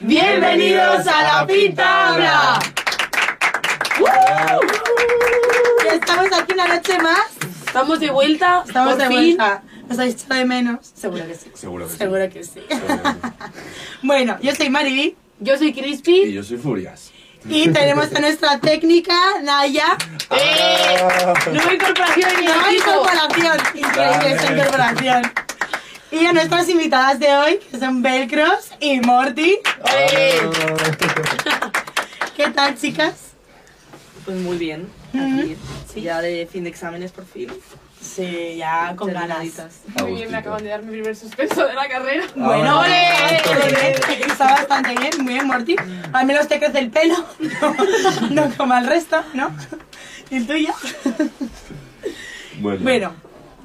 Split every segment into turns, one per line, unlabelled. Bienvenidos a la Pintabla.
Ya Estamos aquí una noche más.
Estamos de vuelta.
Estamos
por
de
fin.
vuelta. ¿Nos habéis echado de menos? Seguro que sí.
Seguro que sí.
Seguro que sí.
Bueno, yo soy Mariby
Yo soy
Y
Crispy.
yo soy Furias.
y tenemos a nuestra técnica, Naya.
¡Eh! Nueva incorporación en el
Nueva
equipo.
incorporación. Increíble esta
Dale.
incorporación. Y a nuestras invitadas de hoy, que son Velcros y Morty.
¡Eh!
Ah,
¿Qué tal, chicas?
Pues muy bien. Aquí. Ya de fin de exámenes por fin.
Sí, ya Ah, con ganas.
Terminaditas.
Muy bien, me acaban de dar mi primer suspenso de la carrera.
Bueno,
Ah,
bastante bien, está bastante bien, muy bien, Morty. Al menos te crece el pelo, no, no como el resto, ¿no? Y el tuyo.
Bueno,
Bueno,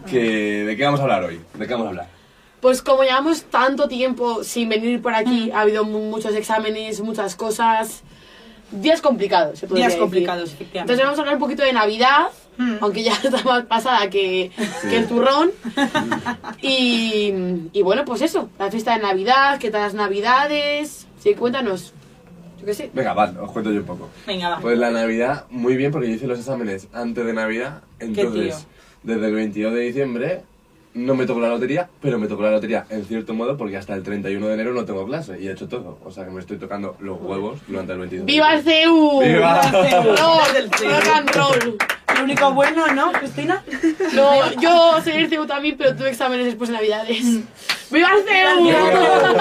que- ¿de qué vamos a hablar hoy? ¿De qué vamos a hablar?
Pues como llevamos tanto tiempo sin venir por
Mm.
aquí, ha habido mu- muchos exámenes, muchas cosas. Días complicados, se podría
días
decir.
complicados,
Entonces
efectivamente.
vamos a hablar un poquito de Navidad,
Mm.
aunque ya está más pasada que, que el turrón.
Hmm.
Y, y bueno, pues eso, la fiesta de Navidad, qué tal las Navidades. Sí, cuéntanos. Yo qué sé.
Venga, va, os cuento yo un poco.
Venga, va.
Pues la Navidad, muy bien, porque yo hice los exámenes antes de Navidad. Entonces, desde el 22 de diciembre no me tocó la lotería, pero me tocó la lotería en cierto modo porque hasta el 31 de enero no tengo clase y he hecho todo. O sea que me estoy tocando los huevos durante el 22. de
¡Viva el
diciembre.
CEU!
¡Viva!
¡Rock!
del CEU.
¡Rock and roll!
Lo único bueno, ¿no, Cristina?
No, yo soy el CEU también, pero tuve exámenes después de Navidades. ¡Viva el CEU!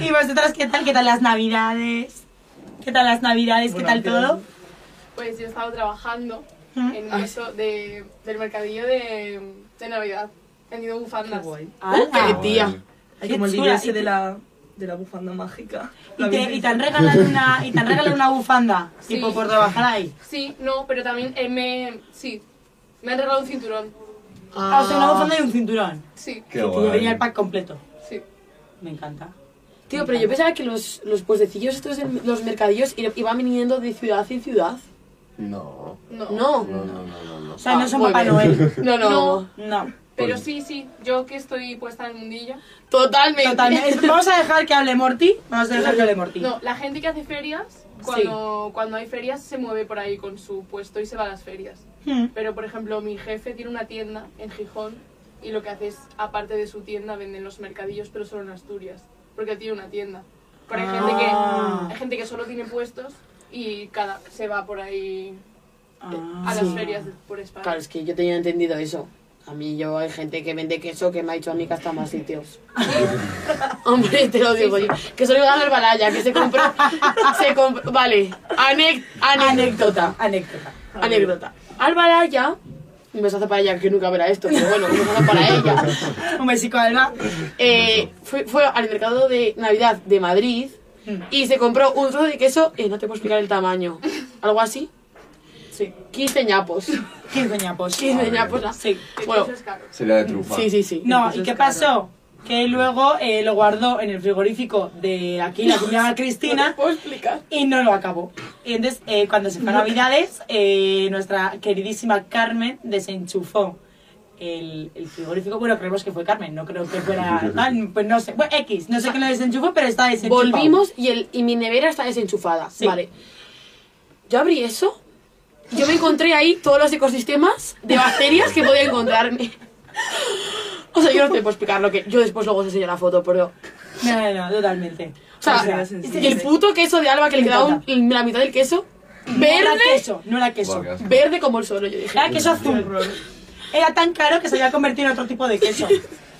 ¿Y vosotras qué tal? ¿Qué tal las navidades? ¿Qué tal las navidades? ¿Qué tal todo?
Pues yo he estado trabajando
Mm.
en eso de, del mercadillo de, de Navidad, vendiendo
Qué
bufandas.
guay.
¡Qué
¡Hala!
tía!
Hay
Qué
como el
chula,
vídeo
y
ese
te-
de la, de la bufanda mágica.
¿Y te, y te han regalado una, y te han regalado una bufanda,
Sí.
tipo por trabajar ahí.
Sí, no, pero también eh, me... Sí, me han regalado un cinturón.
Ah, o sea, una bufanda y un cinturón.
Sí,
Qué
Que venía el
guay.
pack completo.
sí.
Me encanta.
Tío, pero yo pensaba que los, los puestecillos estos, en los mercadillos, i- iban viniendo de ciudad en ciudad.
No.
No.
No.
No, no, no, no, no.
O sea, no
Ah,
son
muy
Papá
bien.
Noel.
No, no,
No.
no.
No.
Pero
Pues-
sí, sí, yo que estoy puesta en el mundillo.
Totalmente.
Totalmente. Vamos a dejar que hable Morty. Vamos a dejar que hable Morty.
No, la gente que hace ferias, cuando, cuando hay ferias se mueve por ahí con su puesto y se va a las ferias.
Hmm.
Pero, por ejemplo, mi jefe tiene una tienda en Gijón y lo que hace es, aparte de su tienda, venden los mercadillos, pero solo en Asturias, porque él tiene una tienda. Pero hay, gente,
Ah.
que, hay gente que solo tiene puestos y cada se va por ahí
Ah,
a las
sí.
ferias de- por España.
Claro, es que yo tenía entendido eso. A mí yo hay gente que vende queso que me ha dicho a mí que hasta más sitios. Hombre, te lo digo yo. Que solo iba a dar balaya, que se compró. Se compró. Vale. Anec- anécdota.
Anécdota.
Anécdota. Albalaya. Un besazo para ella, que nunca verá esto, pero bueno, un besazo para ella.
Un besico, Alba.
Eh, fue, fue al mercado de Navidad de Madrid y se compró un trozo de queso, eh, no te puedo explicar el tamaño, algo así,
Sí.
15 ñapos.
15 ñapos.
15 ñapos. la-
Pues, Sí.
Que
Bueno,
eso es caro.
Sería de trufa.
sí, sí, sí.
No, ¿y qué pasó? Que luego eh, lo guardó en el frigorífico de aquí, la cuñada
No te
Cristina,
puedo explicar.
y no lo acabó. Y entonces, eh, cuando se fue a Navidades, eh, nuestra queridísima Carmen desenchufó el, el frigorífico. Bueno, creemos que fue Carmen, no creo que fuera tal, pues no sé. Bueno, X, no sé quién lo desenchufó, pero está desenchufado.
Volvimos y, el, y mi nevera está desenchufada.
Sí.
Vale. Yo abrí eso. y Yo me encontré ahí todos los ecosistemas de bacterias que podía encontrarme. O sea, yo no te puedo explicar lo que. Yo después luego os enseño la foto, pero.
No, no, no, totalmente.
O sea,
O sea,
y el puto queso de Alba que le
Me
quedaba un-
encanta.
la mitad del queso.
No era
Verde.
queso, no era queso.
Guau, qué asco.
Verde como el sol, yo dije.
Era queso azul. Era tan caro que se había convertido en otro tipo de queso.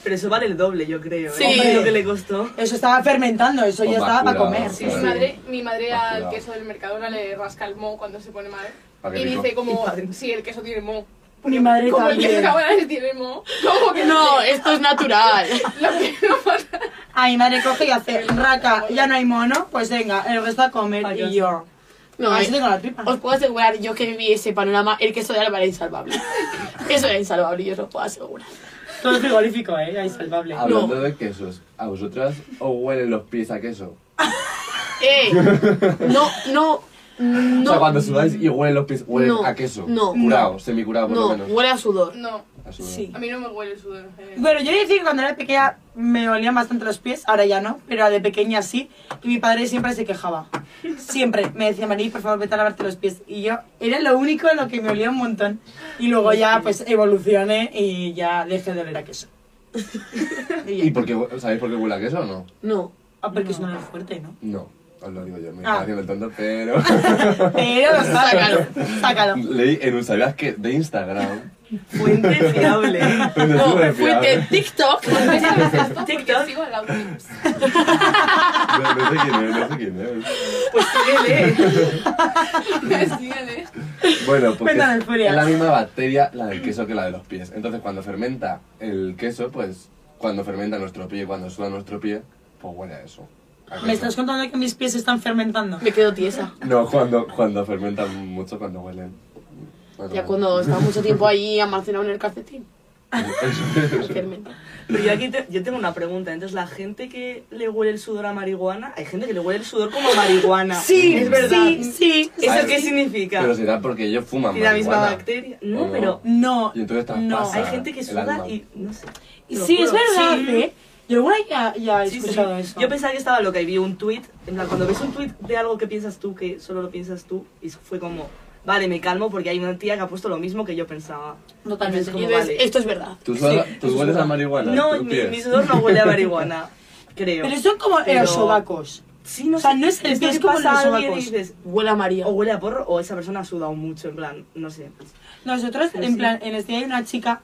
Pero eso vale el doble, yo creo.
Sí.
¿eh? Lo que le costó.
Eso estaba fermentando, eso
Con
ya estaba para
bacura,
comer.
Sí,
Claro.
mi madre, mi madre
Ah,
al
claro.
queso del Mercadona le rasca el mo cuando se pone mal.
Ah, qué
Y
rico.
dice como,
Mi madre.
sí, el queso tiene mo.
Mi madre
Como el queso
también.
cabrón tiene mo. ¿Cómo que
No, esto es natural.
Lo que no pasa.
A Ah, mi madre coge y hace raca, ya no hay mono, pues venga, el resto a comer.
Ay,
y
Dios.
yo.
No,
así
eh,
tengo la tripa.
Os puedo asegurar, yo que viví ese panorama, el queso de Alba era insalvable. Eso era insalvable, yo os lo puedo asegurar.
Todo el frigorífico, eh, ahí salvable.
Hablando de quesos, ¿a vosotras os huelen los pies a queso?
Eh, no, no,
O sea,
no,
cuando sudáis y huelen los pies, huelen
No,
a queso.
no.
Curado, semicurado por
no,
lo menos.
huele a sudor.
No,
a sudor.
Sí.
A mí no me huele el sudor en general.
Bueno, yo he de decir que cuando era pequeña me olían bastante los pies, ahora ya no, pero de pequeña sí. Y mi padre siempre se quejaba. Siempre me decía, María, por favor, vete a lavarte los pies. Y yo era lo único en lo que me olía un montón. Y luego ya pues evolucioné y ya dejé de oler a queso.
¿Y por qué, hue- sabéis por qué huele a queso o no?
No.
Ah, porque es un olor fuerte, ¿no?
No, os lo digo yo, me estaba
Ah.
haciendo el tonto, pero...
Pero sácalo, sácalo.
Leí en un ¿sabías qué? De Instagram.
Fuente fiable.
Donde
No,
estuve
fuente
fiable.
TikTok.
¿Sabes esto? Porque
TikTok.
sigo a Laura.
No, no sé quién es, no sé quién
Pues síguele.
Síguele.
es. Bueno, pues
Cuéntanos,
es,
Furia.
es la misma bacteria, la del queso, que la de los pies. Entonces, cuando fermenta el queso, pues cuando fermenta nuestro pie, cuando suda nuestro pie, pues huele a eso. a
¿Me
queso.
estás contando que mis pies están fermentando?
Me quedo tiesa.
No, cuando, cuando fermentan mucho, cuando huelen. Bueno,
Ya cuando está mucho tiempo ahí almacenado en el calcetín. Fermenta.
Pero yo aquí te- yo tengo una pregunta. Entonces, la gente que le huele el sudor a marihuana, hay gente que le huele el sudor como a marihuana.
Sí,
es verdad.
sí, sí.
¿Eso
Ay,
qué significa?
Pero será porque ellos fuman
¿Y la misma
marihuana.
bacteria?
¿O
No,
no?
pero
No,
Y entonces
no.
traspasa.
hay gente que
el
suda
alma.
y no sé.
Y
Te lo
Sí, es
juro.
verdad,
Sí.
¿eh? Yo alguna vez ya, ya he
Sí, sí.
escuchado eso.
Yo pensaba que estaba loca y vi un tweet. En plan, cuando ves un tweet de algo que piensas tú, que solo lo piensas tú, y fue como, vale, me calmo porque hay una tía que ha puesto lo mismo que yo pensaba.
Totalmente.
Es
Y
como,
ves,
vale.
esto es verdad.
¿Tú, suda-
Sí,
tú hueles a marihuana?
No,
¿Tú
mi,
pies?
mi sudor no huele a marihuana, creo.
Pero son como
Pero-
los sobacos.
sí, no
o sea,
sé,
no es el
esto
pie,
que
es como
pasa
los
a alguien y
sobacos.
dices,
Huele a María.
o huele a porro o esa persona ha sudado mucho, en plan, no sé.
Nosotros,
Pero
en
sí.
plan, en Estella hay una chica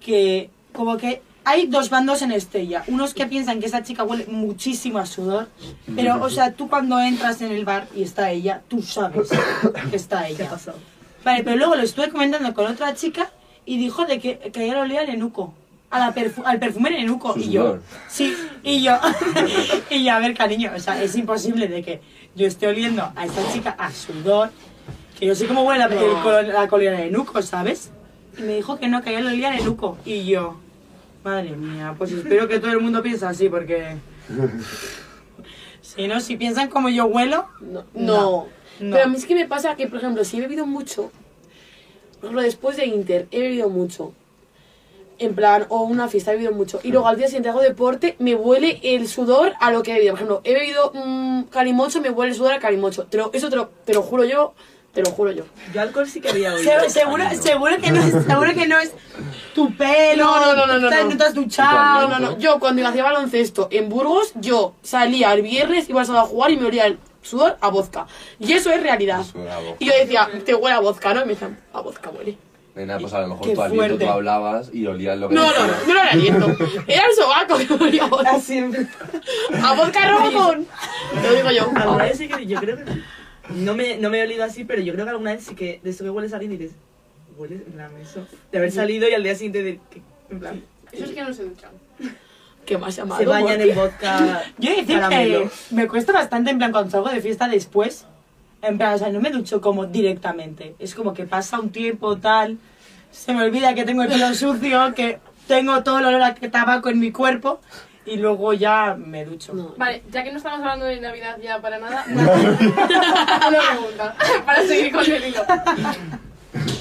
que, como que hay dos bandos en Estella. Unos que piensan que esa chica huele muchísimo a sudor, pero, o sea, tú cuando entras en el bar y está ella, tú sabes que está
¿Qué ha
ella.
pasado?
Vale, pero luego lo estuve comentando con otra chica y dijo de que, que ella lo olía al enuco. A la perfu- al perfume en enuco.
Su
y yo.
sudor.
Sí, y yo. y yo, a ver, cariño, o sea, es imposible de que yo esté oliendo a esta chica a sudor, que yo sé cómo huele la,
No.
el color- la colera de enuco, ¿sabes? Y me dijo que no, que ella lo olía al enuco. Y yo, madre mía, pues espero que todo el mundo piense así, porque. si no, si piensan como yo huelo,
No,
No,
no.
no.
Pero a mí es que me pasa que, por ejemplo, si he bebido mucho, por ejemplo, después de Inter he bebido mucho, en plan, o una fiesta he bebido mucho, y luego al día siguiente hago deporte, me huele el sudor a lo que he bebido. Por ejemplo, he bebido mm, calimocho, me huele el sudor a calimocho. Te lo- eso te lo, te lo juro yo, te lo juro yo.
Yo alcohol sí que había oído.
Se- seguro, seguro que no es, seguro que no es tu pelo.
No, no, no, no, no,
te-
no.
te has
No,
duchado.
no, no. Yo cuando hacía baloncesto en Burgos, yo salía el viernes, iba al sábado a jugar y me olía el sudor a vodka. Y eso es realidad.
Suda a vodka.
Y yo decía, te huele a vodka, ¿no? Y me decían, a vodka huele.
Nena, pues a lo mejor
Qué
tú aliento,
fuerte.
tú hablabas y olías lo que
No, no,
decías.
no, no era aliento. Era el sobaco que olía a vodka.
Así en-
A vodka robocón. Te lo digo yo.
Alguna vez sí que yo creo que. No me, no me he olido así, pero yo creo que alguna vez sí que de eso que hueles a alguien dices. Hueles, en plan, eso. De haber salido y al día siguiente de. que- en plan,
Eso es que no se duchan.
¿Qué más llamado?
se bañan en
Porque-
vodka.
Yo he de decir que
caramelo.
me cuesta bastante, en plan, cuando salgo de fiesta después, en plan, o sea, no me ducho como directamente. Es como que pasa un tiempo, tal, se me olvida que tengo el pelo sucio, que tengo todo el olor a tabaco en mi cuerpo, y luego ya me ducho.
No.
Vale, ya que no estamos hablando de Navidad ya para nada, una pregunta para seguir con el hilo.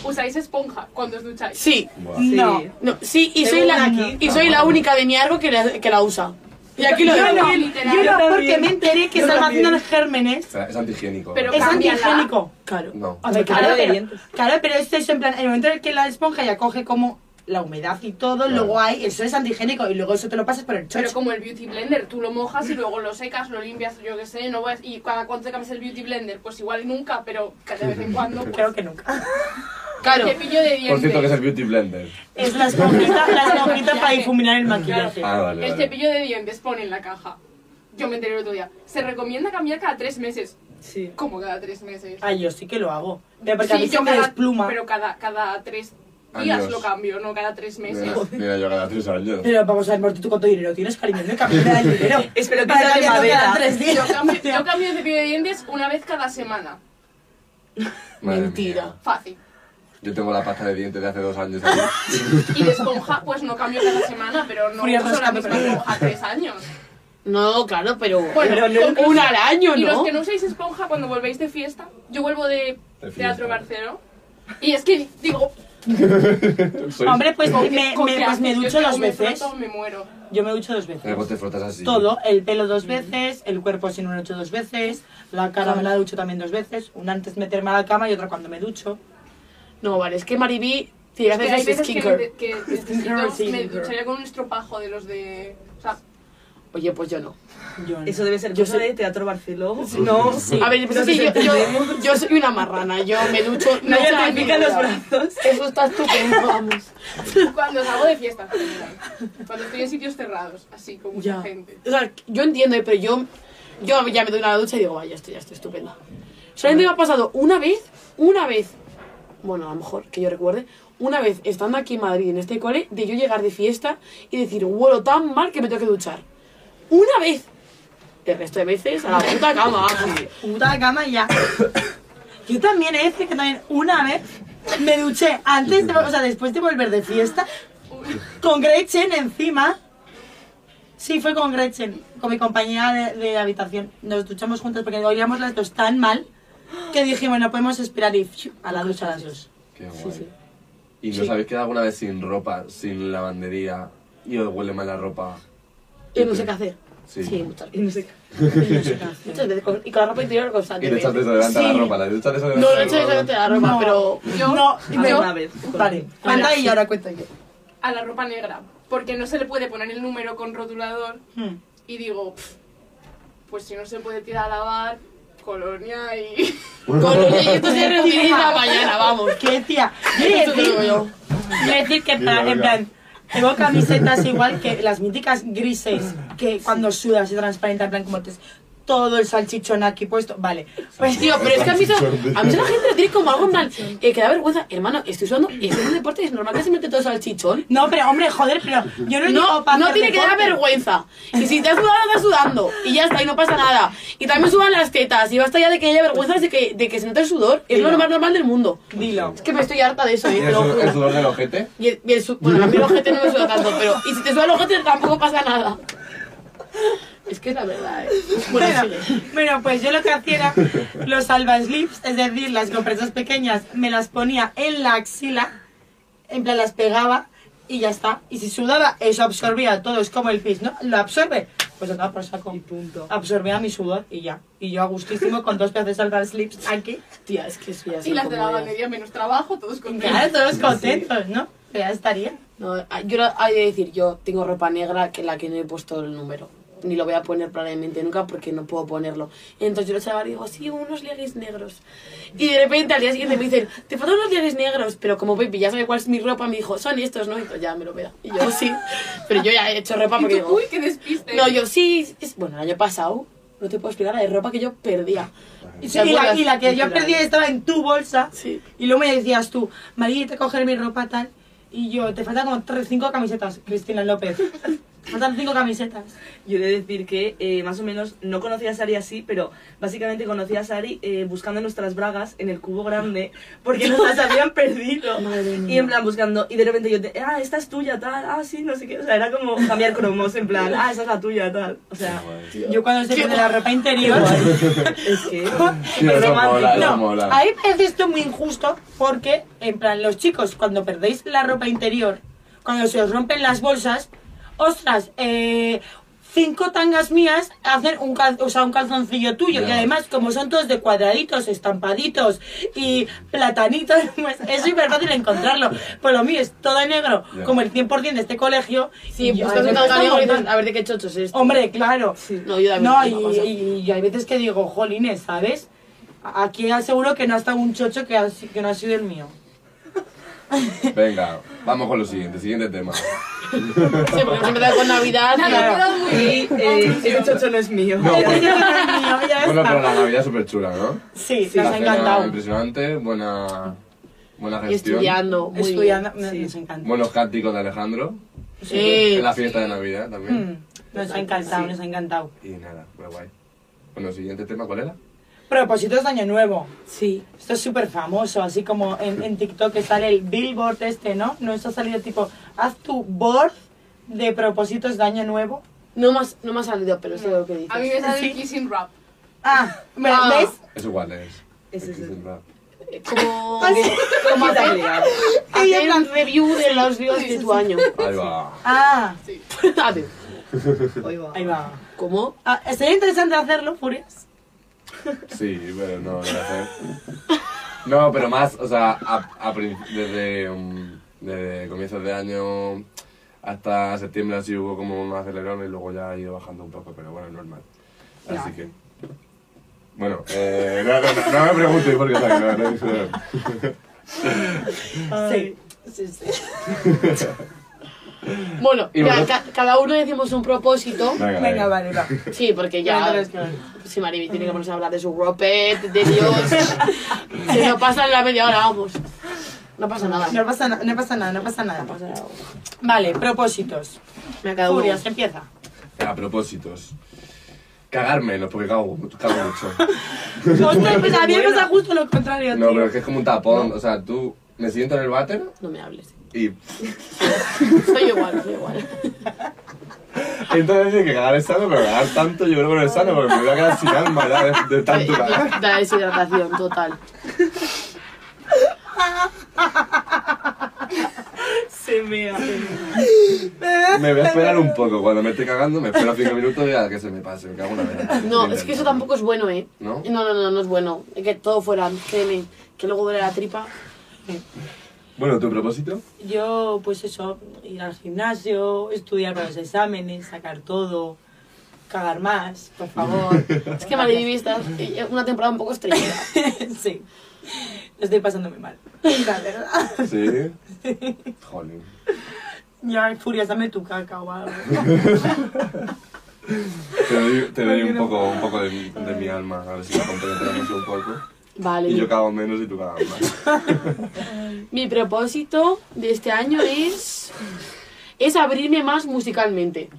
¿Usáis esponja cuando os ducháis?
Sí.
Buah.
Sí.
No.
No, sí, y
Tengo
soy la,
una aquí.
y soy la única de mi árbol que la, que la usa. Y aquí lo
yo
dejo.
no,
literal.
yo no,
Yo
porque
también.
me enteré que
Yo
están
también.
haciendo los gérmenes.
Es es antihigiénico.
Pero-
Es
Cámbiala.
antihigiénico.
Claro.
No.
O sea,
Claro,
claro,
de
pero,
dientes.
claro, pero esto es en plan, en el momento en el que la esponja ya coge como la humedad y todo,
Claro.
luego hay, eso es antigénico y luego eso te lo pasas por el
Pero
chocho.
como el beauty blender, tú lo mojas y luego lo secas, lo limpias, yo qué sé, no voy a- y cada cuánto te cambias el beauty blender, pues igual nunca, pero de vez en cuando. pues,
Creo que nunca.
Claro.
Cepillo de dientes.
Por cierto, que es el beauty blender.
Es la esponjita, la esponjita para difuminar el maquillaje.
Ah, vale,
el
vale.
cepillo de dientes pone en la caja. Yo me enteré el otro día. Se recomienda cambiar cada tres meses.
Sí.
¿Cómo cada tres meses?
Ah, yo sí que lo hago. Pero porque a
Sí,
mí se
yo
me
cada-
despluma.
Pero cada, cada tres días
Adiós.
lo cambio, no cada tres meses.
Mira, mira, yo cada tres años.
Pero vamos a ver, Morty, ¿tú cuánto dinero tienes, cariño? No cambiar el dinero.
Espero que
Para
sea de
cambiarlo
madera.
cada tres días.
Yo cambio, yo cambio de cepillo de dientes una vez cada semana.
Madre
Mentira.
mía.
Fácil.
Yo tengo la pasta de dientes de hace dos años aquí.
Y de esponja, pues no cambio cada semana, pero no
Frías
uso la
rascando.
misma esponja tres años.
No, claro, pero.
Bueno,
con- una al año,
Y los
¿no?
que no usáis esponja cuando volvéis de fiesta, yo vuelvo de
De fiesta.
Teatro Barceló. Y es que digo,
Sois-
Hombre, pues me, me-
Con que
pues me
haces, yo
ducho
digo,
dos
me
veces.
froto, me muero.
Yo me ducho dos veces.
Eh, pues te frotas así.
Todo, el pelo dos veces, el cuerpo si no lo he hecho dos veces, la cara me la ducho también dos veces, una antes de meterme a la cama y otra cuando me ducho.
No, vale, es que Maribí, si
Es
haces
que hay
ese
veces que,
skincare.
me- que
Skincare,
necesito, me
skincare.
ducharía con un estropajo de los de... O sea,
Oye, pues yo no.
Yo no.
Eso debe ser
Yo
cosa
soy-
de Teatro Barceló. No,
Sí.
A ver, pues
No
es que yo, yo,
desentendemos.
yo soy una marrana, yo me ducho.
no
sé,
te pican los
no,
brazos.
Eso está estupendo, vamos.
cuando salgo de fiesta. en general. Cuando estoy en sitios cerrados, así, con mucha
Ya.
gente.
O sea, yo entiendo, eh, pero yo, yo ya me doy una ducha y digo, vaya, estoy, ya estoy estupenda. Solamente me ha pasado una vez, una vez, bueno, a lo mejor que yo recuerde, una vez estando aquí en Madrid, en este cole, de yo llegar de fiesta y decir, huelo tan mal que me tengo que duchar. Una vez. El resto de veces, a la puta cama, vamos.
Puta cama ya. Yo también he que también una vez me duché antes de, o sea, después de volver de fiesta con Gretchen encima. Sí, fue con Gretchen, con mi compañera de, de habitación. Nos duchamos juntas porque olíamos las dos tan mal que dijimos, no podemos esperar y fiu, a la ducha las dos.
Qué guay.
Sí, sí.
¿Y no
Sí.
os habéis quedado alguna vez sin ropa, sin lavandería y os huele mal la ropa?
Yo no sé qué hacer.
Sí.
Sí, muchas veces.
Y no sé,
No sé qué hacer.
Muchas veces. con- Y con la ropa interior
Y le
constantemente.
echas desodorante a
Sí.
la ropa, la echas desodorante
No,
a
no
la
he hecho
ropa.
exactamente la ropa,
No.
pero
Yo
No,
a ver,
yo-
a ver.
Vale, cuenta y ahora cuento yo.
a la ropa negra, porque no se le puede poner el número con rotulador
Hmm.
y digo, "Pf, pues si no se puede tirar a lavar, colonia y...
con los esto se reutiliza mañana, vamos.
¿Qué tía? Yo
Esto te lo
decir,
veo.
Voy a decir que en plan, en plan, tengo camisetas igual que las míticas grises, que cuando sudas y transparente, en plan como te todo el salchichón aquí puesto. Vale.
Pues tío, pero es que a mí, eso- a mí eso la gente lo tiene como algo en plan, eh, que da vergüenza. Hermano, estoy usando, estoy en un deporte y es normal que se mete todo eso al chichón.
No, pero hombre, joder, pero yo no
No, no tiene que dar vergüenza. Y si te has sudado, estás sudando. Y ya está, y no pasa nada. Y también sudan las tetas. Y basta ya de que haya vergüenza de que, de que se note el sudor. Es lo
Dilo.
más normal del mundo.
Dilo.
Es que me estoy harta de eso, eh,
¿Y
te lo
el, el
juro.
sudor del ojete?
Y el, y el su- bueno, a mí el ojete no me suda tanto, pero. Y si te suda el ojete tampoco pasa nada. Es que es la verdad, eh. Bueno,
Bueno,
sigue.
bueno, pues yo lo que hacía era los salva slips, es decir, las compresas pequeñas, me las ponía en la axila, en plan las pegaba y ya está. Y si sudaba, eso absorbía todo, es como el pis, ¿no? Lo absorbe, pues andaba por saco.
Y punto.
Absorbía mi sudor y ya. Y yo a gustísimo con dos pedazos de salva slips aquí.
Tía, es que eso ya son
Y las de la
comodidades.
lavandería menos trabajo, todos contentos.
Claro, todos contentos, ¿no? Que ya estaría.
No, a- yo lo- hay que decir, yo tengo ropa negra que la que no he puesto el número. Ni lo voy a poner probablemente nunca porque no puedo ponerlo. Entonces yo lo chaval y digo, sí, unos leggings negros. Y de repente al día siguiente me dicen, te faltan unos leggings negros. Pero como Pepi ya sabe cuál es mi ropa, me dijo, son estos, ¿no? Y entonces ya me lo veo. Y yo, sí. Pero yo ya he hecho ropa
Y
porque
tú,
digo,
uy, qué despiste.
no, yo sí. es- Bueno, el año pasado, no te puedo explicar la de ropa que yo perdía.
Y,
¿Te
la,
acuerdas?
y la que yo perdí estaba en tu bolsa.
Sí.
Y luego me decías tú, María, te coger mi ropa tal. Y yo, te faltan como tres, cinco camisetas, Cristina López. Te faltan cinco camisetas.
Yo he de decir que eh, más o menos no conocía a Sari así, pero básicamente conocí a Sari eh, buscando nuestras bragas en el cubo grande porque nos las habían perdido.
Madre mía.
Y en plan buscando, y de repente yo te, ah, esta es tuya, tal, ah, sí, no sé qué. O sea, era como cambiar cromos, en plan, ah, esa es la tuya, tal. O sea,
Yo cuando se pierde la ropa interior...
es que.
Tío, eso
romántico.
mola, eso
No,
mola.
a mí me parece esto muy injusto porque, en plan, los chicos cuando perdéis la ropa interior, cuando se os rompen las bolsas, ostras, eh, cinco tangas mías hacen un, cal- o sea, un calzoncillo tuyo y
Ya.
además como son todos de cuadraditos, estampaditos y platanitos, pues es súper fácil encontrarlo. Pues lo mío es todo negro,
Ya.
como el 100% de este colegio.
Sí, pues
Y yo-
buscas
me
un
cuesta un
calzón y dices,
montón.
a ver de qué chocho es esto.
Hombre, claro.
No, yo también tengo
No,
una
y,
cosa.
y- y hay veces que digo, jolines, ¿sabes? Aquí aseguro que no ha estado un chocho que, ha si- que no ha sido el mío.
Venga, vamos con lo siguiente, siguiente tema.
Sí, porque hemos empezado con Navidad.
Nada,
claro.
me quedas muy
Y
bien.
eh,
Conclusión.
ese chocho no es mío.
No,
Este
bueno, bueno,
chocho no es mío, ya
pero la
está.
Navidad es súper chula, ¿no?
Sí,
Sí.
La
nos ha
cena
encantado.
Impresionante, buena, buena
Y
gestión.
estudiando, muy
Estudiando,
bien.
no-
Sí.
nos encanta.
Buenos cánticos de Alejandro.
bien.
En
Sí.
la fiesta de Navidad también.
Mm, Nos ha encantado, nos ha encantado.
Y nada, muy guay. Bueno, siguiente tema, ¿cuál era?
Propósitos de Año Nuevo.
Sí.
Esto es súper famoso, así como en, en TikTok que sale el billboard este, ¿no? No, esto ha salido tipo, haz tu board de propósitos de Año Nuevo.
No más, no me ha salido, pero sé lo que dices.
A mí me sale el kissing rap.
Ah, ¿me-
Ah.
¿ves?
Eso igual es. El
Ese es el-
Christmas rap.
eh, como, como hacer, hacer un review de los vídeos de tu año.
Ahí va.
Ah,
A ver,
ahí va.
¿Cómo?
Ah, sería interesante hacerlo, Furias.
Sí, pero no, no sé. No, pero más, o sea, a- a prin- desde, um, desde comienzos de año hasta septiembre así hubo como un acelerón y luego ya ha ido bajando un poco, pero bueno, normal. Así que... Bueno, eh, no, no, no, no me preguntes por qué está no, no, no.
Sí. Sí, sí.
Bueno,
Y
ya,
bueno.
ca- cada uno decimos un propósito.
Venga,
Venga,
venga.
vale, va.
Sí, porque ya.
Cuéntales, cuéntales.
Si Mariby tiene que ponerse a hablar de su Rocket, de Dios. Se nos pasa la media hora, vamos. No pasa nada.
No pasa, na- no pasa nada, no pasa nada. Vale, propósitos.
Me ha quedado
Furias, empieza.
A propósitos. Cagar menos, porque cago, cago mucho.
Ostras, pues a mí me pasa justo lo contrario,
No,
tío.
pero es que es como un tapón. O sea, tú me siento en el váter
No me hables.
y.
Soy igual, soy igual.
Entonces dicen que cagar es sano, pero cagar tanto yo creo que no es sano, porque me voy a quedar sin alma ya de, de tanto cagar.
La deshidratación total.
Se mea.
Me voy a esperar un poco. Cuando me esté cagando, me espero cinco minutos y a que se me pase. Me cago una vez.
No, es que eso tampoco es bueno, ¿eh?
¿No?
No, no, no, no es bueno. Es que todo fuera, créeme, que luego duele la tripa.
Bueno, ¿tu propósito?
Yo, pues eso, ir al gimnasio, estudiar para los exámenes, sacar todo, cagar más, por favor.
Es que Mariby está eh, una temporada un poco estrellada.
sí. Lo estoy pasando muy mal. La verdad.
Sí. Jolín.
Ya, Furias, dame tu caca o algo.
Te doy, te doy un poco, un poco de, mi- de mi alma, a ver si me compenetramos un poco.
Vale.
Y yo cago menos y tú cagas más.
Mi propósito de este año es. es abrirme más musicalmente.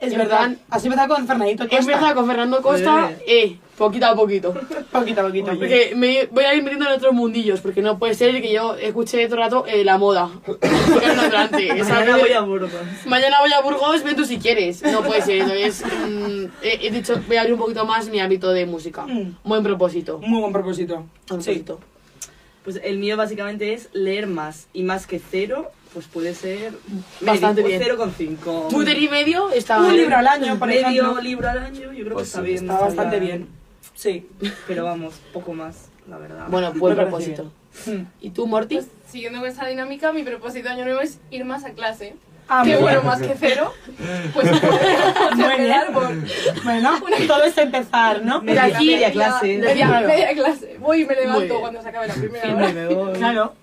Es
En
verdad.
plan-
Así empezado con Fernandito
He empezado con Fernando Costa,
Bebé.
eh, poquito a poquito.
Poquito a poquito.
Porque me voy a ir metiendo en otros mundillos, porque no puede ser que yo escuche todo el rato eh, la moda. Porque es ignorante, es
Mañana
algo de-
voy a Burgos.
Mañana voy a Burgos, ven tú si quieres. No puede ser, entonces mm, he, he dicho, voy a abrir un poquito más mi ámbito de música.
Mm.
Buen propósito.
Muy buen propósito.
Buen
Sí.
propósito.
Pues el mío básicamente es leer más. Y más que cero, pues puede ser... pues
Bastante bien.
0,5.
Twitter y medio está.
Un libro al año, por
Medio
ejemplo.
libro al año, yo creo que
Pues
está
sí,
bien.
Está bastante bien. Sí.
Pero vamos, poco más, la verdad.
Bueno,
Me
buen
parece
propósito.
Mm.
¿Y tú, Morty?
Pues, siguiendo con esa dinámica, mi propósito de año nuevo es ir más a clase.
Ah,
que
muy
bueno, más que cero, pues
Muy
muy
bien.
árbol.
Bueno, pues todo es empezar, ¿no?
Media,
de aquí,
media
de
clase.
de aquí.
Media, media clase. Voy y me
Muy bien.
levanto cuando se acabe la primera
Siempre
hora.
me voy.
Claro.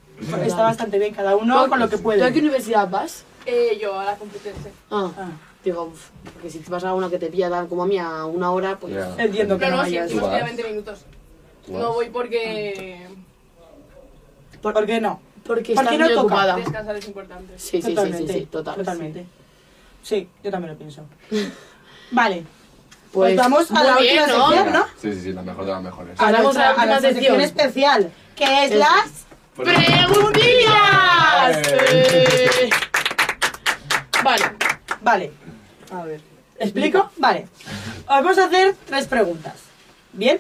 Está bastante bien, cada uno con lo
¿Tú
que
a qué
puede.
universidad vas?
Eh, yo a la competencia.
Ah,
Ah,
digo, uf, porque si te vas a una que te pilla tan como a mí a una hora, pues.
Ya.
Entiendo que no,
No, no, sí,
vayas.
encima
Tú
estoy a
vas.
20 minutos.
Guau.
No voy porque
¿Por, por qué no?
Porque
¿Por
estás
qué no
muy
toca?
ocupada.
descansar es importante.
Ah. Sí, sí, sí, sí, sí, total.
Totalmente. Sí, yo también lo pienso. Vale,
Pues
Pues vamos a
muy
la
bien,
última
¿no?
sección.
Venga, Sí, sí, sí, la mejor de las mejores.
Ahora vamos a la
nuestra-
última
nuestra
sección.
especial, que es
Es-
las...
¡Preguntillas! Eh, Vale,
Vale,
A ver.
¿explico? Vale. Os vamos a hacer tres preguntas, ¿bien?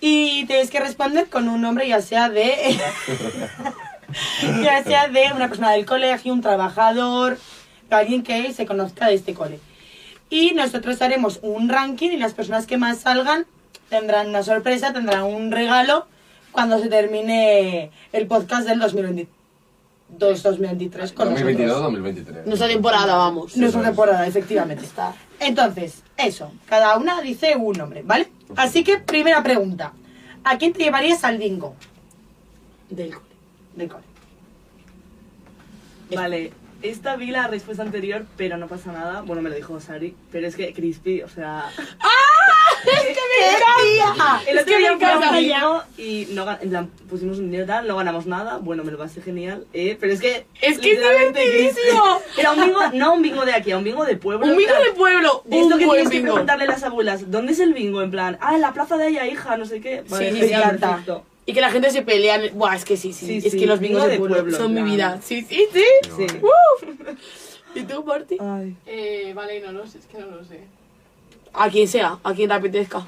Y tenéis que responder con un nombre ya sea de... ya sea de una persona del colegio, un trabajador, alguien que se conozca de este cole. Y nosotros haremos un ranking y las personas que más salgan tendrán una sorpresa, tendrán un regalo cuando se termine el podcast del 2022, 2023 con
2022
nosotros.
2023.
nuestra temporada, vamos.
Nuestra temporada, efectivamente.
Está.
Entonces, eso, cada una dice un nombre, ¿vale? Así que, primera pregunta. ¿A quién te llevarías al bingo
Del cole.
del cole?
Vale, esta vi la respuesta anterior, pero no pasa nada. Bueno, me lo dijo Sari, pero es que Crispy, o sea...
¡Qué
El otro
que
día
me encanta.
fue un bingo y no, gan- en plan, pusimos un dinero tal, no ganamos nada. Bueno, me lo pasé genial, ¿eh? Pero es que...
Es que es
literalmente,
divertidísimo.
Crispy- Era un bingo, no un bingo de aquí, era un bingo de pueblo.
Un
en
bingo
plan,
de pueblo,
de esto
un
que
buen
tienes que
bingo.
preguntarle a las abuelas, ¿dónde es el bingo? En plan, ah, en la plaza de allá, hija, no sé qué. Vale,
Sí,
genial,
me encanta.
perfecto.
Y que la gente se pelea. en- Buah, es que sí, sí.
Sí,
es
sí,
que los bingos
bingo
de
de
pueblo,
pueblo,
son mi
claro.
vida. Sí, sí, sí.
Sí.
¿Y tú, Marty?
Ay.
Eh, vale, no lo sé, es que no lo sé.
A quien sea, a quien te apetezca.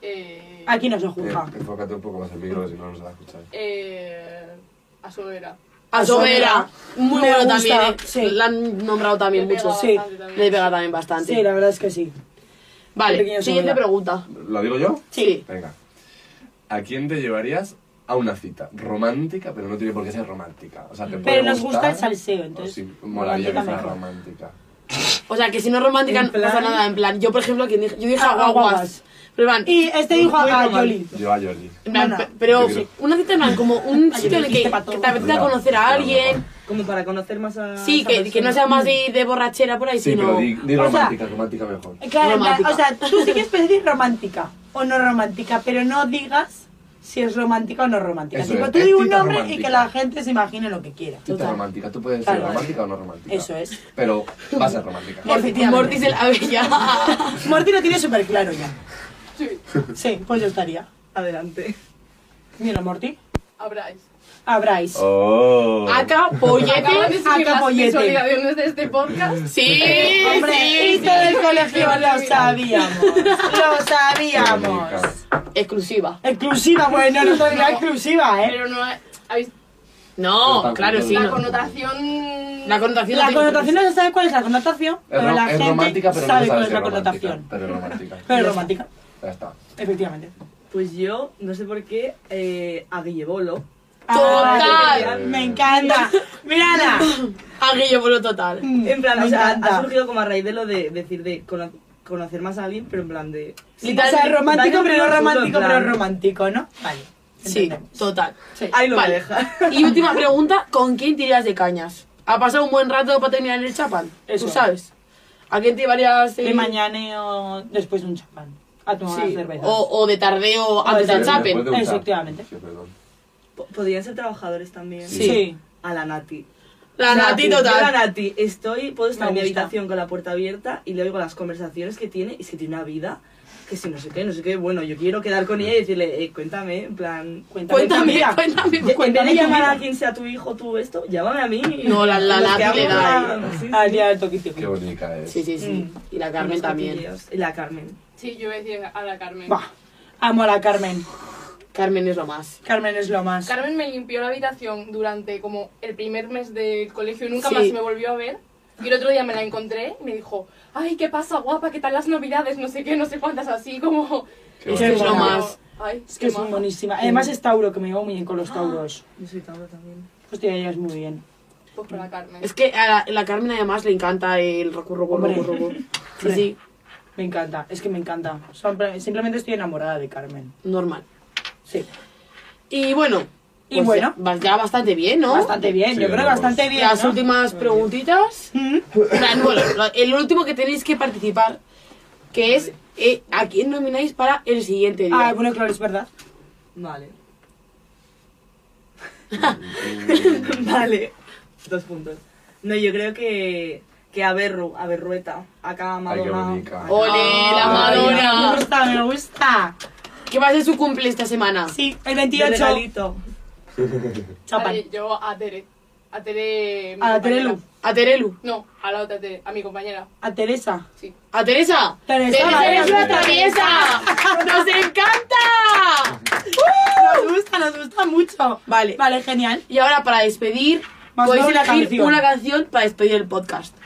eh,
Aquí no se juzga.
Eh, enfócate un poco más al micro, que si no, no se va a escuchar.
eh, a Sobera.
A Sobera. Muy
Me
bueno
gusta,
también. eh.
sí.
La han nombrado también
Le
mucho.
pega
sí.
bastante también.
Le pega también bastante.
Sí, la verdad es que sí.
Vale,
Pequeño
siguiente
Sobera.
pregunta.
¿La digo yo?
Sí.
Venga. ¿A quién te llevarías a una cita romántica, pero no tiene por qué ser romántica? O sea, te
Pero
puede
nos
gustar,
gusta el salseo, entonces,
o Sí, molaría que
romántica
fuera
mejor.
romántica.
O sea, que si no es romántica
En
no pasa
plan-
nada. En plan, yo por ejemplo, quien dije, yo dije
Ah,
aguaguas.
aguaguas.
Pero en plan,
Y este dijo
Muy
a
normal.
Yoli.
Yo a Jordi.
en plan,
no, no.
pe- pero
Yo creo-
una cita en plan, como un
Ay,
sitio en el que,
dijiste pa'
que te
todo. Ah,
apetezca
Ya,
conocer a
pero
alguien.
Como para conocer más a.
Sí,
esa
que, que no
persona.
sea más de, de borrachera por ahí,
Sí,
sino...
pero di, di
O sea-
romántica, romántica mejor.
Claro, en plan,
Romántica.
o sea, tú sí que es decir romántica o no romántica, pero no digas si es romántica o no romántica.
Eso
Tipo,
es,
tú
es
di un
cita
nombre y
romántica.
que la gente se imagine lo que quiera.
Cita
Total.
romántica, tú puedes
Claro.
ser romántica o no romántica.
Eso es.
Pero va a ser romántica.
Mor-
Efectivamente.
Mortis el Avella.
Morty lo tiene súper claro ya.
Sí,
Sí, pues yo estaría.
Adelante.
Mira, Morty.
habráis.
A Bryce.
Oh.
Aca,
Acaban
pollete.
de subir las
Acapollete.
visualizaciones de este podcast.
Sí,
Hombre,
sí,
esto del colegio lo sabíamos. Lo sabíamos.
Verónica.
Exclusiva.
Exclusiva, bueno, no todavía exclusiva, ¿eh?
Pero no ha- habéis-
No,
Total,
claro,
total.
sí.
la
no.
connotación.
La connotación...
La
no tiene-
connotación no se sabe cuál es la connotación,
Es,
pero
ro-
la
es
gente
romántica, pero no
sabe cuál
sabes
es
si
la
es romántica.
connotación.
Pero es romántica.
Pero es romántica,
Ya está.
efectivamente.
Pues yo, no sé por qué, eh, a Guillebolo.
Total.
Ah, me encanta. Mírala.
Aguillo por lo total.
En plan,
me
o sea,
encanta.
ha surgido como a raíz de lo de decir de cono- conocer más a alguien, pero en plan de.
o sea, romántico,
Dale
pero no
un minuto,
romántico,
en plan.
pero romántico, ¿no? Vale.
Sí,
entendemos.
total.
Ahí lo
Vale.
deja.
Y última pregunta, ¿con quién te irías de cañas? ¿Ha pasado un buen rato para terminar el chapan?
Eso.
¿Tú sabes? ¿A quién te llevarías eh,
De mañana o después de un chapán. A tomar
sí,
una cerveza.
O, o de tardeo antes
de
del
tardeo.
chapen.
Después de un chap.
Efectivamente.
Sí, perdón.
Po- Podrían ser trabajadores también.
sí.
A la Nati.
La nati
Yo la
total.
Nati, estoy, puedo estar
Me
en mi
gusta.
habitación con la puerta abierta y le oigo las conversaciones que tiene y es que tiene una vida que si no sé qué, no sé qué, bueno, yo quiero quedar con ella y decirle, eh, cuéntame, en plan, cuéntame.
Cuéntame,
mira,
cuéntame.
de- En
Pues
vez
cuéntame
de
tu
llamar
vida.
a quien sea tu hijo, tú esto, llámame a mí.
No, la- la
Nos
Nati
quedamos
le da
a- sí, sí.
Al día del toquitio.
Qué bonita es.
Sí, sí, sí.
Mm.
Y la Carmen
Unos
también.
cotilleos. Y la Carmen.
Sí, yo decía a la Carmen.
Bah, amo a la Carmen.
Carmen es lo más.
Carmen es lo más.
Carmen me limpió la habitación durante como el primer mes del colegio y nunca
Sí.
más me volvió a ver. Y el otro día me la encontré y me dijo, ay, ¿qué pasa, guapa? ¿Qué tal las novedades? No sé qué, no sé cuántas, así como...
Qué
Es
bonita.
que es lo
Como,
más.
Ay,
Es que es muy buenísima. Además es Tauro, que me llevo muy bien con los Tauros.
Yo soy Tauro también.
Hostia, ella es muy bien.
Pues por la Carmen.
Es que a la, la Carmen además le encanta el recurro,
Hombre.
recurro, Sí,
Hombre.
sí,
Me encanta, es que me encanta. Siempre- Simplemente estoy enamorada de Carmen.
normal.
Sí.
Y bueno.
Y bueno.
Ya, va- ya bastante bien, ¿no?
Bastante
Sí,
bien, yo creo que
vamos.
bastante bien.
Las
¿no?
últimas preguntitas.
Mm.
En plan, bueno, lo- el último que tenéis que participar, que es eh, a quién nomináis para el siguiente
Ah,
día.
bueno, claro, es verdad.
Vale. vale. Dos puntos. No, yo creo que, que a Berru, a Berrueta, acá a
Ay, qué
Madonna.
bonita.
¡Ole, la
Ah,
Madonna!
Me gusta, me gusta.
¿Qué va a ser su cumple esta semana?
Sí, el
De
28.
regalito.
Chapan.
Vale, yo a Tere. A Tere... mi
A la
compañera.
Terelu.
¿A Terelu?
No, a la otra Tere, a mi compañera,
A Teresa.
sí.
¿A Teresa?
Teresa,
eres
Teresa.
una traviesa! ¡Nos encanta!
Nos gusta, nos gusta mucho.
Vale.
Vale, genial.
Y ahora, para despedir,
Más
podéis
una
elegir
canción.
una canción para despedir el podcast.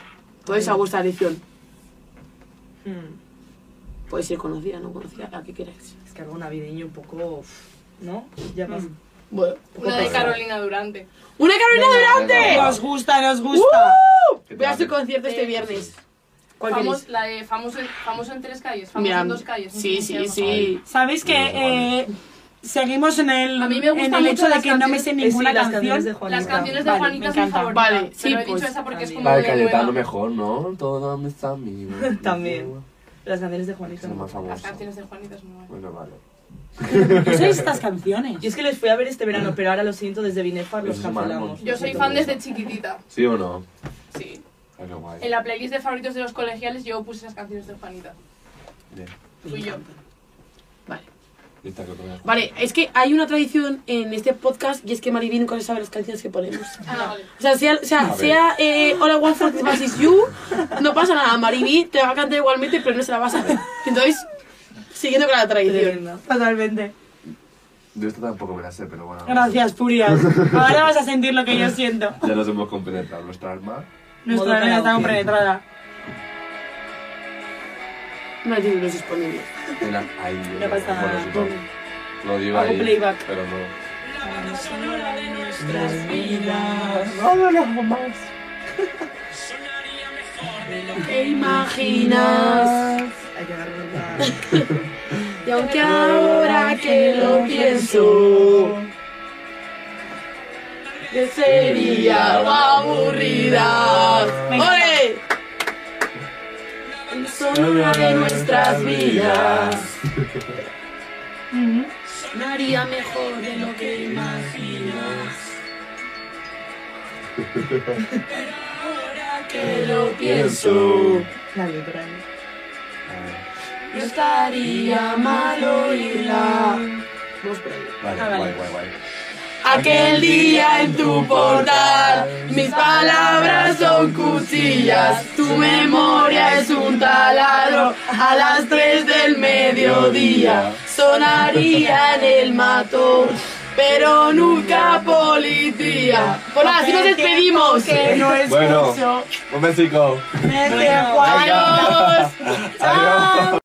Podéis a vuestra elección.
Mm.
Hmm.
Podéis ir conocida, no conocida, la que queráis.
Es que algo navideño un poco. uf, ¿No?
Mm.
Ya pasa.
Bueno,
Una de Carolina Durante.
¡Una Carolina Durante!
venga.
Nos gusta, nos gusta.
¿Qué te
Voy a su
parece?
concierto este
Eh,
viernes. ¿Cuál
Famos,
queréis?
la de famoso en, famoso en tres calles, famoso
Mira,
en dos calles. no sé
sí,
cómo se
sí,
llama.
sí.
Sabéis que eh, seguimos en el,
A mí me gusta
en el
mucho
hecho de
las
que no me
canciones-
sé
Eh, sí,
ninguna
las canciones de
canción.
Juanita.
Las canciones de
Vale, me
Juanita son
encanta.
favoritas.
Vale, sí,
pero he
pues,
dicho esa porque es
también.
como
La de
de
Cayetano
nueva.
mejor, ¿no? Todo mis amigos.
También. Las canciones de Juanita.
Es lo más
Las
famoso.
canciones de Juanita son muy buenas.
Bueno, vale.
Yo sé estas canciones.
Yo es que les fui a ver este verano, pero ahora lo siento, desde Binefar los
Eso es malo.
cancelamos.
Yo soy fan desde chiquitita,
¿Sí o no?
sí.
Es lo guay.
En la playlist de favoritos de los colegiales yo puse las canciones de Juanita.
Bien.
Fui yo.
Vale.
Y está que poner.
Vale, es que hay una tradición en este podcast y es que Mariby nunca sabe las canciones que ponemos.
Ah, no, vale.
O sea, sea, o sea,
A ver.
sea eh, All I Want for Christmas is You, no pasa nada. Mariby te va a cantar igualmente, pero no se la vas a ver. Entonces, Siguiendo con la tradición.
Tremendo.
Totalmente.
De esto tampoco me la sé, pero bueno.
Gracias, Furias. Ahora vas a sentir lo que yo siento.
Ya nos hemos compenetrado nuestra alma.
Nuestra
Modo
vena está
karaoke.
compenetrada.
No hay títulos disponibles.
en la- ahí, en
No
la-
pasa
bueno,
nada.
supongo. Lo digo
Hago
ahí,
playback.
pero no.
¿Te imaginas?
Hay que agarrarla.
Y aunque ahora que lo pienso, que sería algo aburrida.
Venga.
¡Ole! Son una de nuestras vidas.
Ujú.
Me haría mejor de lo que imaginas. Ahora que lo pienso,
La letra, ¿eh?
Ah,
no estaría mal oírla. Vamos por ahí.
Vale,
Ah, vale.
guay, guay, guay.
Aquel día en tu portal, mis palabras son cuchillas, tu memoria es un taladro, a las 3 del mediodía sonaría en el matón, pero nunca policía. Hola, así nos despedimos.
Que no es
Bueno, un besico.
este
Adiós.
Adiós.